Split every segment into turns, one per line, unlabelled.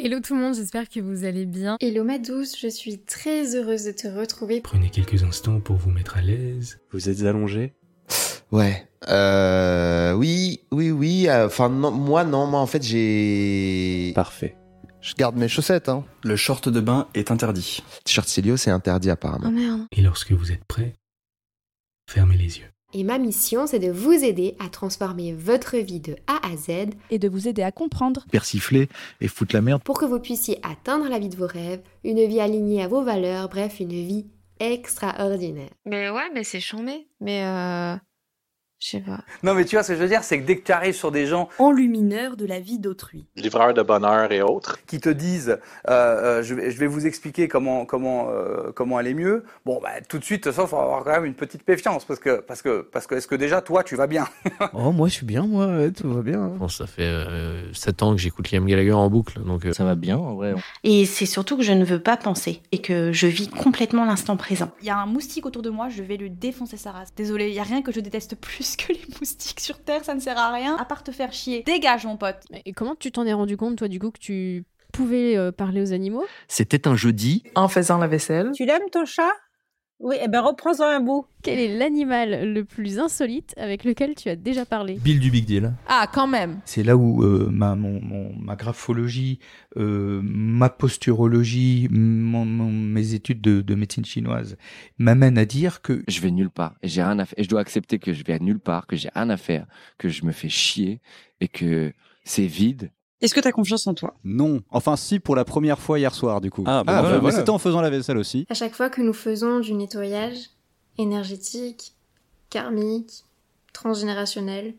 Hello tout le monde, j'espère que vous allez bien.
Hello ma douce, je suis très heureuse de te retrouver.
Prenez quelques instants pour vous mettre à l'aise.
Vous êtes allongé
Ouais. Euh, oui, oui, oui. euh, Enfin, non, moi, non. Moi, en fait, j'ai.
Parfait.
Je garde mes chaussettes, hein.
Le short de bain est interdit.
T-shirt Célio, c'est interdit,
Oh
apparemment.
merde.
Et lorsque vous êtes prêt, fermez les yeux.
Et ma mission, c'est de vous aider à transformer votre vie de A à Z
et de vous aider à comprendre
persifler et foutre la merde.
pour que vous puissiez atteindre la vie de vos rêves, une vie alignée à vos valeurs, bref, une vie extraordinaire.
Mais ouais, mais c'est chambé. Mais euh. Je sais pas.
Non, mais tu vois, ce que je veux dire, c'est que dès que tu arrives sur des gens
enlumineur de la vie d'autrui.
livreur de bonheur et autres.
qui te disent euh, euh, je, vais, je vais vous expliquer comment, comment, euh, comment aller mieux, bon, bah, tout de suite, ça, il faut avoir quand même une petite méfiance. Parce que, parce que, parce que est-ce que déjà, toi, tu vas bien
Oh, moi, je suis bien, moi, ouais, tout va bien. hein.
Bon, ça fait 7 ans que j'écoute Liam Gallagher en boucle, donc euh,
Ça va bien, en vrai.
Et c'est surtout que je ne veux pas penser et que je vis complètement l'instant présent.
Il y a un moustique autour de moi, je vais lui défoncer sa race. Désolée, il y a rien que je déteste plus que les moustiques sur Terre, ça ne sert à rien, à part te faire chier. Dégage, mon pote.
Et comment tu t'en es rendu compte, toi, du coup, que tu pouvais euh, parler aux animaux
C'était un jeudi.
En faisant la vaisselle.
Tu l'aimes, ton chat Oui, eh ben reprends-en un bout.
Quel est l'animal le plus insolite avec lequel tu as déjà parlé
Bill du Big Deal.
Ah, quand même.
C'est là où euh, ma, mon, mon- ma graphologie, euh, ma posturologie, mon- mon- mes études de, de médecine chinoise m'amènent à dire que
je vais nulle part. J'ai rien à faire. Et je dois accepter que je vais à nulle part, que j'ai rien à faire, que je me fais chier et que c'est vide.
Est-ce que t'as confiance en toi
non, enfin si pour la première fois hier soir du coup.
Ah, bah, Ah, voilà, mais voilà. c'était
en faisant la vaisselle aussi.
À chaque fois que nous faisons du nettoyage énergétique, karmique, transgénérationnel,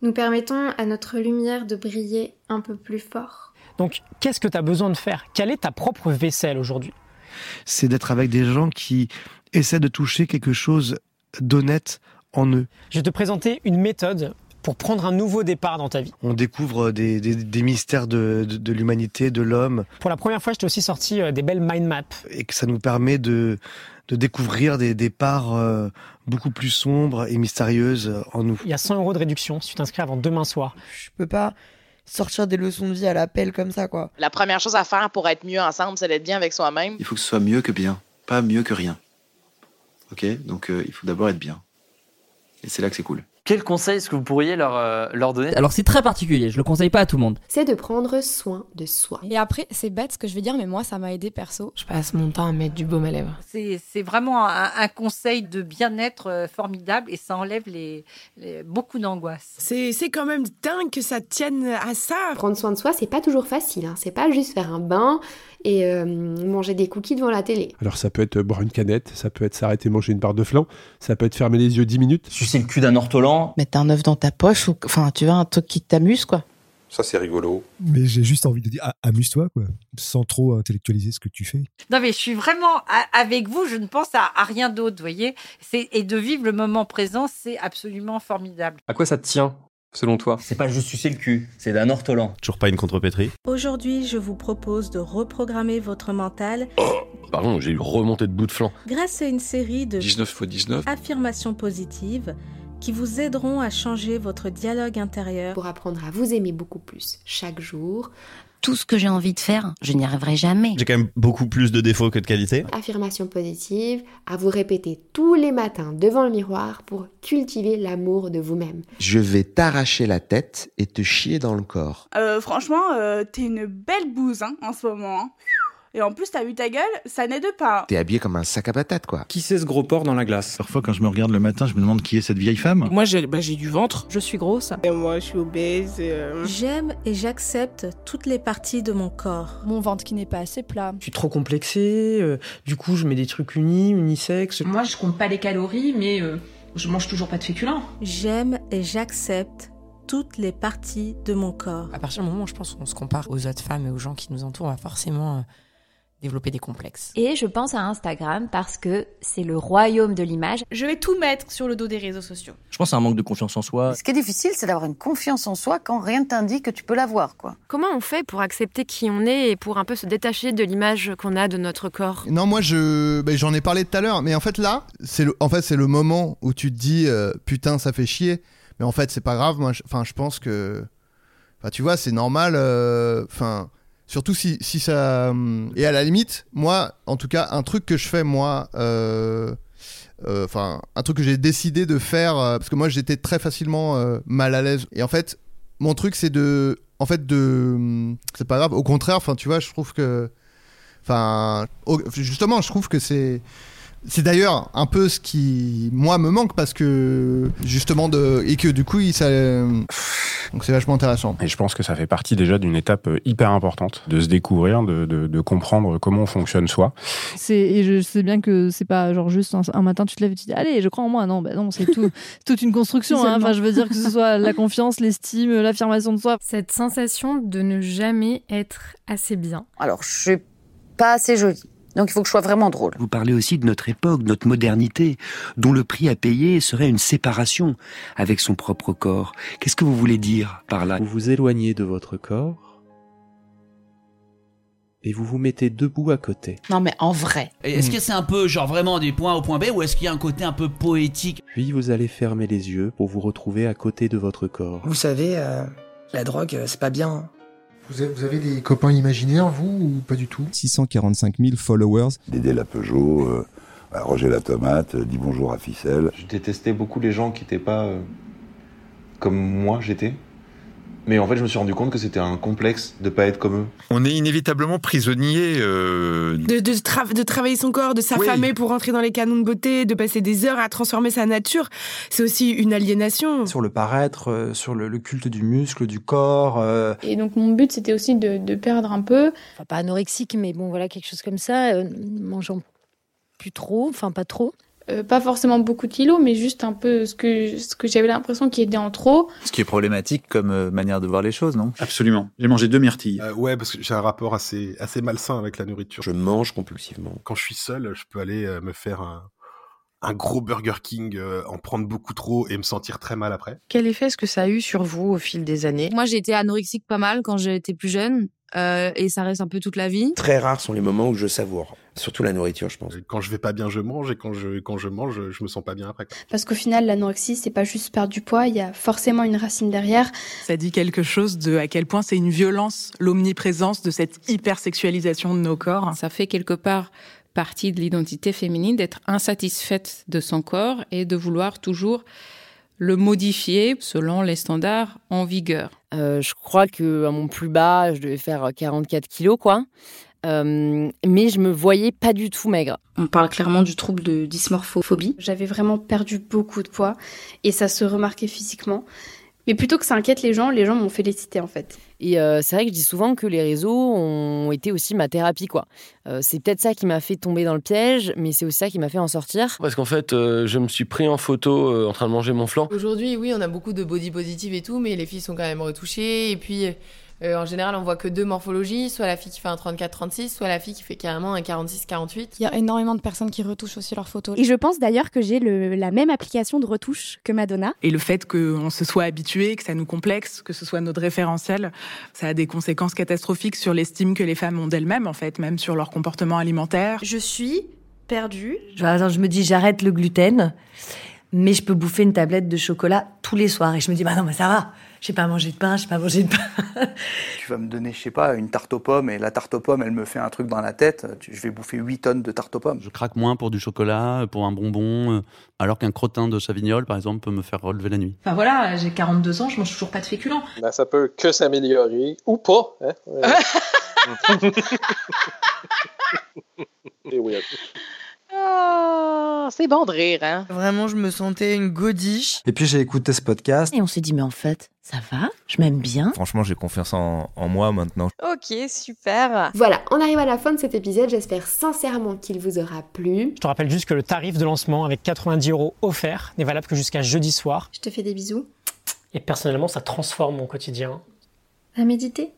nous permettons à notre lumière de briller un peu plus fort.
Donc, qu'est-ce que tu as besoin de faire Quelle est ta propre vaisselle aujourd'hui
C'est d'être avec des gens qui essaient de toucher quelque chose d'honnête en eux.
Je vais te présenter une méthode pour prendre un nouveau départ dans ta vie.
On découvre des, mystères de, l'humanité, de l'homme,
Pour la première fois, je t'ai aussi sorti euh, des belles mind maps.
et que ça nous permet de, découvrir des, parts euh, beaucoup plus sombres et mystérieuses en nous.
Il y a 100 euros de réduction si tu t'inscris avant demain soir.
Je peux pas sortir des leçons de vie à la pelle comme ça, quoi.
La première chose à faire pour être mieux ensemble, c'est d'être bien avec soi-même.
Il faut que ce soit mieux que bien, pas mieux que rien. Ok Donc euh, il faut d'abord être bien. Et c'est là que c'est cool.
Quel conseil est-ce que vous pourriez leur, euh, leur donner
Alors c'est très particulier, je le conseille pas à tout le monde.
C'est de prendre soin de soi.
Et après, c'est bête ce que je vais dire, mais moi ça m'a aidé perso.
Je passe mon temps à mettre du baume à lèvres.
C'est c'est vraiment un, un conseil de bien-être euh, formidable et ça enlève les, les- beaucoup d'angoisse.
C'est quand même dingue que ça tienne à ça.
Prendre soin de soi, c'est pas toujours facile. hein. C'est pas juste faire un bain et euh, manger des cookies devant la télé.
Alors ça peut être euh, boire une canette, ça peut être s'arrêter manger une barre de flan, ça peut être fermer les yeux 10 minutes.
Sucer le cul d'un ortolan.
Mettre un œuf dans ta poche ou enfin tu vois un truc qui t'amuse quoi.
Ça c'est rigolo.
Mais j'ai juste envie de dire, amuse-toi, quoi. Sans trop intellectualiser ce que tu fais.
Non mais je suis vraiment a- avec vous, je ne pense à, à rien d'autre, vous voyez. C'est- Et de vivre le moment présent, c'est absolument formidable.
À quoi ça te tient, selon toi
C'est pas juste sucer le cul, c'est d'un ortolan.
Toujours pas une contrepétrie
Aujourd'hui, je vous propose de reprogrammer votre mental
Pardon, j'ai eu remonté de bout de flanc.
grâce à une série de
19 x 19.
affirmations positives qui vous aideront à changer votre dialogue intérieur.
Pour apprendre à vous aimer beaucoup plus chaque jour.
Tout ce que j'ai envie de faire, je n'y arriverai jamais.
J'ai quand même beaucoup plus de défauts que de qualités.
Affirmation positive, à vous répéter tous les matins devant le miroir pour cultiver l'amour de vous-même.
Je vais t'arracher la tête et te chier dans le corps.
Euh,
franchement, t'es une belle bouse
hein,
en ce moment. Et en plus, t'as vu ta gueule, ça n'aide pas.
T'es habillé comme un sac à patates, quoi.
Qui c'est ce gros porc dans la glace
Parfois, quand je me regarde le matin, je me demande qui est cette vieille femme.
Moi, j'ai du ventre. Je suis grosse.
Et moi, je suis obèse. euh. J'aime et j'accepte toutes les parties de mon corps. Mon ventre qui n'est pas assez plat.
Je suis trop complexé, euh, du coup je mets des trucs unis, unisexes.
Moi je compte pas les calories, mais euh, je mange toujours pas de féculents.
J'aime et j'accepte toutes les parties de mon corps.
À partir du moment où je pense qu'on se compare aux autres femmes et aux gens qui nous entourent, on va forcément euh, développer des complexes.
Et je pense à Instagram parce que c'est le royaume de l'image. Je vais tout mettre sur le dos des réseaux sociaux.
Je pense à un manque de confiance en soi.
Ce qui est difficile, c'est d'avoir une confiance en soi quand rien ne t'indique que tu peux l'avoir, quoi.
Comment on fait pour accepter qui on est et pour un peu se détacher de l'image qu'on a de notre corps
Non, moi, je, ben, j'en ai parlé tout à l'heure, mais en fait, là, c'est le, en fait, c'est le moment où tu te dis, euh, putain, ça fait chier. Mais en fait, c'est pas grave. Moi, je- enfin, je pense que, enfin, tu vois, c'est normal. euh, Enfin, Surtout si, si ça. hum, Et à la limite, moi, en tout cas, un truc que je fais, moi. euh, euh, Enfin, un truc que j'ai décidé de faire. euh, parce que moi, j'étais très facilement euh, mal à l'aise. Et en fait, mon truc, c'est de. En fait, de. hum, C'est pas grave. Au contraire, enfin, tu vois, je trouve que. Enfin, au- justement, je trouve que c'est. C'est d'ailleurs un peu ce qui, moi, me manque parce que, justement, de. Et que du coup, il- ça. Donc c'est vachement intéressant.
Et je pense que ça fait partie déjà d'une étape euh, hyper importante, de se découvrir, de, de- de comprendre comment on fonctionne soi.
C'est- et je sais bien que c'est pas genre juste un, un matin tu te lèves et tu dis allez je crois en moi non bah non c'est tout c'est toute une construction hein. enfin je veux dire que ce soit la confiance l'estime l'affirmation de soi
cette sensation de ne jamais être assez bien
Alors, je suis pas assez jolie. Donc, il faut que je sois vraiment drôle.
Vous parlez aussi de notre époque, de notre modernité, dont le prix à payer serait une séparation avec son propre corps. Qu'est-ce que vous voulez dire par là
Vous vous éloignez de votre corps et vous vous mettez debout à côté.
Non, mais en vrai.
Et Est-ce
Hmm.
que c'est un peu genre vraiment du point A au point B ou est-ce qu'il y a un côté un peu poétique
Puis vous allez fermer les yeux pour vous retrouver à côté de votre corps.
Vous savez, euh, la drogue, euh, c'est pas bien.
Vous avez, vous avez des copains imaginaires, vous, ou pas du tout
645 000 followers.
Dédé la Peugeot, euh, bah, Roger la Tomate, euh, dis bonjour à Ficelle.
Je détestais beaucoup les gens qui n'étaient pas euh, comme moi j'étais. Mais en fait, je me suis rendu compte que c'était un complexe de pas être comme eux.
On est inévitablement prisonnier. euh,
De, de, tra- de travailler son corps, de s'affamer pour rentrer dans les canons de beauté, de passer des heures à transformer sa nature, c'est aussi une aliénation.
Sur le paraître, euh, sur le, le culte du muscle, du corps. euh,
Et donc mon but c'était aussi de, de perdre un peu.
Enfin, pas anorexique, mais bon, voilà, quelque chose comme ça, euh, mangeant plus trop, enfin pas trop.
euh, pas forcément beaucoup de kilos, mais juste un peu ce que, ce que j'avais l'impression qui était en trop.
Ce qui est problématique comme euh, manière de voir les choses, non
Absolument. J'ai mangé deux myrtilles. Euh, ouais, parce que j'ai un rapport assez, assez malsain avec la nourriture. Je mange compulsivement. Quand je suis seul, je peux aller euh, me faire un, un gros Burger King, euh, en prendre beaucoup trop et me sentir très mal après.
Quel effet est-ce que ça a eu sur vous au fil des années
Moi, j'ai été anorexique pas mal quand j'étais plus jeune. euh, et ça reste un peu toute la vie.
Très rares sont les moments où je savoure. Surtout la nourriture, je pense.
Quand je vais pas bien, je mange et quand je, quand je mange, je- je me sens pas bien après. quoi.
Parce qu'au final, l'anorexie, c'est pas juste perdre du poids, il y a forcément une racine derrière.
Ça dit quelque chose de à quel point c'est une violence, l'omniprésence de cette hypersexualisation de nos corps.
Ça fait quelque part partie de l'identité féminine d'être insatisfaite de son corps et de vouloir toujours le modifier selon les standards en vigueur.
Euh, je crois que à mon plus bas, je devais faire 44 kilos, quoi. Euh, mais je me voyais pas du tout maigre.
On parle clairement du trouble de dysmorphophobie. J'avais vraiment perdu beaucoup de poids et ça se remarquait physiquement. Mais plutôt que ça inquiète les gens, les gens m'ont félicité en fait.
Et euh, c'est vrai que je dis souvent que les réseaux ont été aussi ma thérapie, quoi. Euh, c'est peut-être ça qui m'a fait tomber dans le piège, mais c'est aussi ça qui m'a fait en sortir.
Parce qu'en fait, euh, je me suis pris en photo euh, en train de manger mon flan.
Aujourd'hui, oui, on a beaucoup de body positive et tout, mais les filles sont quand même retouchées. Et puis, euh, en général, on voit que deux morphologies, soit la fille qui fait un 34-36, soit la fille qui fait carrément un 46-48.
Il y a énormément de personnes qui retouchent aussi leurs photos.
Et je pense d'ailleurs que j'ai le- la même application de retouche que Madonna.
Et le fait qu'on se soit habitué, que ça nous complexe, que ce soit notre référentiel, ça a des conséquences catastrophiques sur l'estime que les femmes ont d'elles-mêmes, en fait, même sur leur comportement alimentaire.
Je suis perdue.
Je, par exemple, je me dis, j'arrête le gluten, mais je peux bouffer une tablette de chocolat tous les soirs. Et je me dis, bah non, mais ça va. J'ai pas mangé de pain, j'ai pas mangé de pain.
Tu vas me donner, je sais pas, une tarte aux pommes et la tarte aux pommes, elle me fait un truc dans la tête. tu- Je vais bouffer 8 tonnes de tarte aux pommes.
Je craque moins pour du chocolat, pour un bonbon, euh, alors qu'un crottin de Savignol, par exemple, peut me faire relever la nuit.
Enfin voilà, j'ai 42 ans, je mange toujours pas de féculents.
Ben, ça peut que s'améliorer, ou pas. Hein? Ouais. Et oui,
Ah, c'est bon de rire, hein. Vraiment, je me sentais une godiche.
Et puis j'ai écouté ce podcast.
Et on s'est dit, mais en fait, ça va, je m'aime bien. Franchement, j'ai confiance en, en moi maintenant.
Ok, super. Voilà, on arrive à la fin de cet épisode. J'espère sincèrement qu'il vous aura plu.
Je te rappelle juste que le tarif de lancement avec 90 euros offerts n'est valable que jusqu'à jeudi soir.
Je te fais des bisous.
Et personnellement, ça transforme mon quotidien.
À méditer.